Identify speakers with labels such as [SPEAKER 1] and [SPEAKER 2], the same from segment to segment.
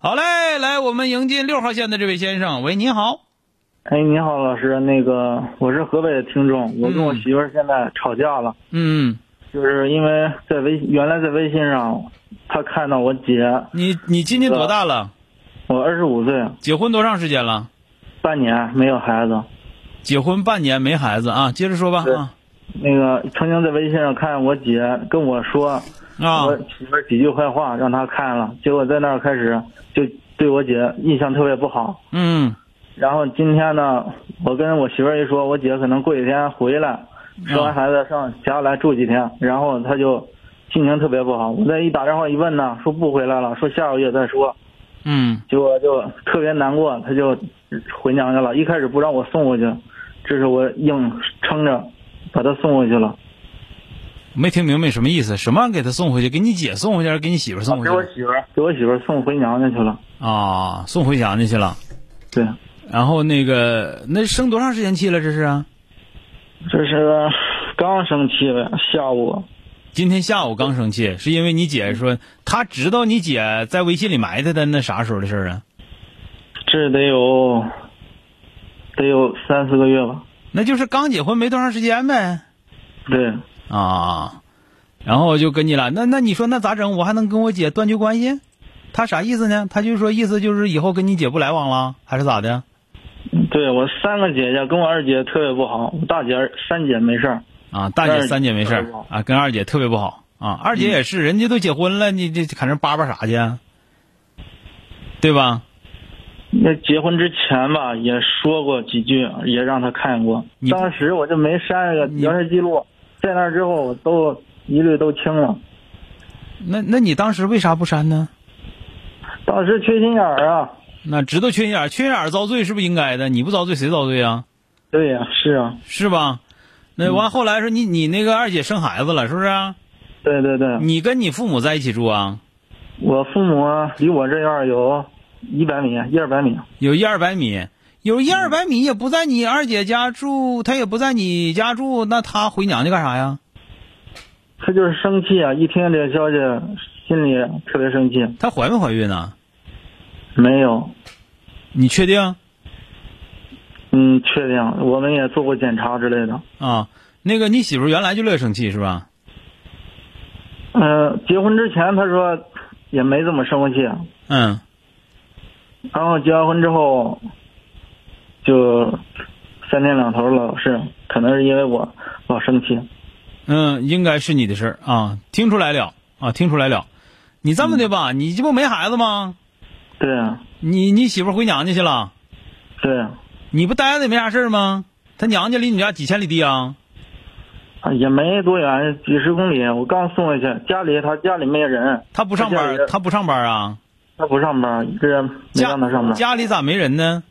[SPEAKER 1] 好嘞，来，我们迎接六号线的这位先生。喂，您好。
[SPEAKER 2] 哎，你好，老师，那个我是河北的听众，我跟我
[SPEAKER 1] 嗯
[SPEAKER 2] 媳妇儿现在吵架了，
[SPEAKER 1] 嗯，
[SPEAKER 2] 就是因为在微原来在微信上，她看到我姐，
[SPEAKER 1] 你你今年多大了？
[SPEAKER 2] 我二十五岁，
[SPEAKER 1] 结婚多长时间了？
[SPEAKER 2] 半年没有孩子，
[SPEAKER 1] 结婚半年没孩子啊？接着说吧
[SPEAKER 2] 对
[SPEAKER 1] 啊
[SPEAKER 2] 那个曾经在微信上看我姐跟我说，
[SPEAKER 1] 啊
[SPEAKER 2] 我媳妇儿几句坏话让她看了，结果在那儿开始就对我姐印象特别不好。
[SPEAKER 1] 嗯
[SPEAKER 2] 然后今天呢，我跟我媳妇儿一说，我姐可能过几天回来，生
[SPEAKER 1] 嗯
[SPEAKER 2] 完孩子上家来住几天，然后她就心情特别不好。我再一打电话一问呢，说不回来了，说下个月再说。
[SPEAKER 1] 嗯
[SPEAKER 2] 结果就特别难过，她就回娘家了。一开始不让我送过去，这是我硬撑着把她送过去了，
[SPEAKER 1] 没听明白什么意思？什么给他送回去？给你姐送回去，还是给你媳妇儿送回
[SPEAKER 2] 啊给我
[SPEAKER 1] 去
[SPEAKER 2] 媳妇儿给我媳妇儿送回娘家去了。
[SPEAKER 1] 啊？送回娘家去了。
[SPEAKER 2] 对，
[SPEAKER 1] 然后那个，那生多长时间气了？这是啊？
[SPEAKER 2] 这是刚生气呗，下午。
[SPEAKER 1] 今天下午刚生气，是因为你姐说她知道你姐在微信里埋汰她，那啥时候的事儿啊？
[SPEAKER 2] 这得有得有三四个月吧。
[SPEAKER 1] 那就是刚结婚没多长时间呗
[SPEAKER 2] 对，
[SPEAKER 1] 啊，然后就跟你俩，那那你说那咋整？我还能跟我姐断绝关系？她啥意思呢？她就说意思就是以后跟你姐不来往了，还是咋的？
[SPEAKER 2] 对我三个姐姐跟我二姐特别不好，我大姐儿三姐没事儿。
[SPEAKER 1] 啊，大姐
[SPEAKER 2] 二姐
[SPEAKER 1] 三姐没事
[SPEAKER 2] 特别
[SPEAKER 1] 儿
[SPEAKER 2] 不好嗯
[SPEAKER 1] 啊，跟二姐特别不好啊，二姐也是，人家都结婚了，你这搁那叭叭啥去啊？对吧？
[SPEAKER 2] 那结婚之前吧，也说过几句，也让她看过
[SPEAKER 1] 你。
[SPEAKER 2] 当时我就没删那个
[SPEAKER 1] 你
[SPEAKER 2] 聊天记录，在那之后我都一律都清了。
[SPEAKER 1] 那那你当时为啥不删呢？
[SPEAKER 2] 当时缺心眼儿啊，
[SPEAKER 1] 那知道缺心眼儿，缺心眼儿遭罪是不是应该的？你不遭罪谁遭罪啊？
[SPEAKER 2] 对呀、是啊，
[SPEAKER 1] 是吧？那
[SPEAKER 2] 嗯
[SPEAKER 1] 完后来说你你那个二姐生孩子了是不是啊？
[SPEAKER 2] 对对对，
[SPEAKER 1] 你跟你父母在一起住啊？
[SPEAKER 2] 我父母离我这院儿有一百米，一二百米。
[SPEAKER 1] 有一二百米，有一二百米也不在你二姐家住，她也不在你家住，那她回娘家干啥呀？
[SPEAKER 2] 她就是生气啊，一听这个消息，心里特别生气。
[SPEAKER 1] 她怀没怀孕呢？
[SPEAKER 2] 没有，
[SPEAKER 1] 你确定
[SPEAKER 2] 嗯，确定，我们也做过检查之类的。
[SPEAKER 1] 啊？那个你媳妇儿原来就乐意生气是吧？
[SPEAKER 2] 嗯、结婚之前她说也没怎么生过气，啊
[SPEAKER 1] 嗯，
[SPEAKER 2] 然后结完婚之后就三天两头老是，可能是因为我老生气。
[SPEAKER 1] 嗯，应该是你的事儿啊，听出来了啊，听出来了。你这么的吧，你这不没孩子吗？
[SPEAKER 2] 对啊
[SPEAKER 1] 你你媳妇儿回娘家去了，
[SPEAKER 2] 对，啊
[SPEAKER 1] 你不待着也没啥事儿吗？她娘家离你家几千里地啊？
[SPEAKER 2] 啊也没多远，几十公里。我刚送回去，家里她家里没人，
[SPEAKER 1] 她不上班
[SPEAKER 2] 她家，里
[SPEAKER 1] 她不上班啊？
[SPEAKER 2] 她不上班，一个人没
[SPEAKER 1] 家
[SPEAKER 2] 让她上班。
[SPEAKER 1] 家里咋没人呢？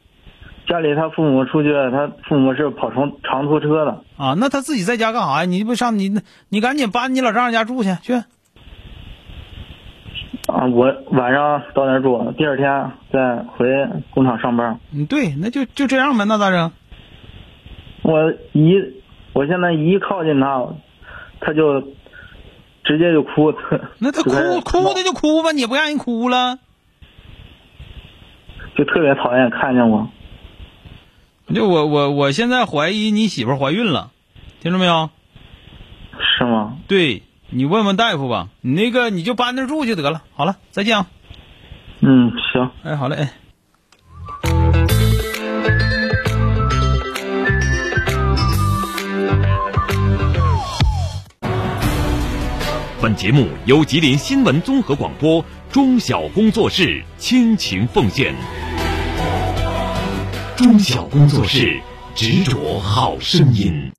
[SPEAKER 2] 家里她父母出去，她父母是跑长长途车的。
[SPEAKER 1] 啊，那她自己在家干啥呀？你不上你你赶紧搬你老丈人家住去去
[SPEAKER 2] 啊，我晚上到那儿住，第二天再回工厂上班。。
[SPEAKER 1] 嗯，对，那就就这样呗，那咋整？
[SPEAKER 2] 我一我现在一靠近他，他就直接就哭。
[SPEAKER 1] 那她
[SPEAKER 2] 就开始
[SPEAKER 1] 哭哭的就哭吧，你也不让人哭了。
[SPEAKER 2] 就特别讨厌看见我。
[SPEAKER 1] 就我我我现在怀疑你媳妇儿怀孕了，听着没有？
[SPEAKER 2] 是吗？
[SPEAKER 1] 对你问问大夫吧，你那个你就搬那儿住就得了。好了，再见啊！
[SPEAKER 2] 嗯，行。
[SPEAKER 1] 哎，好嘞，哎。
[SPEAKER 3] 本节目由吉林新闻综合广播中小工作室倾情奉献。中小工作室执着好声音。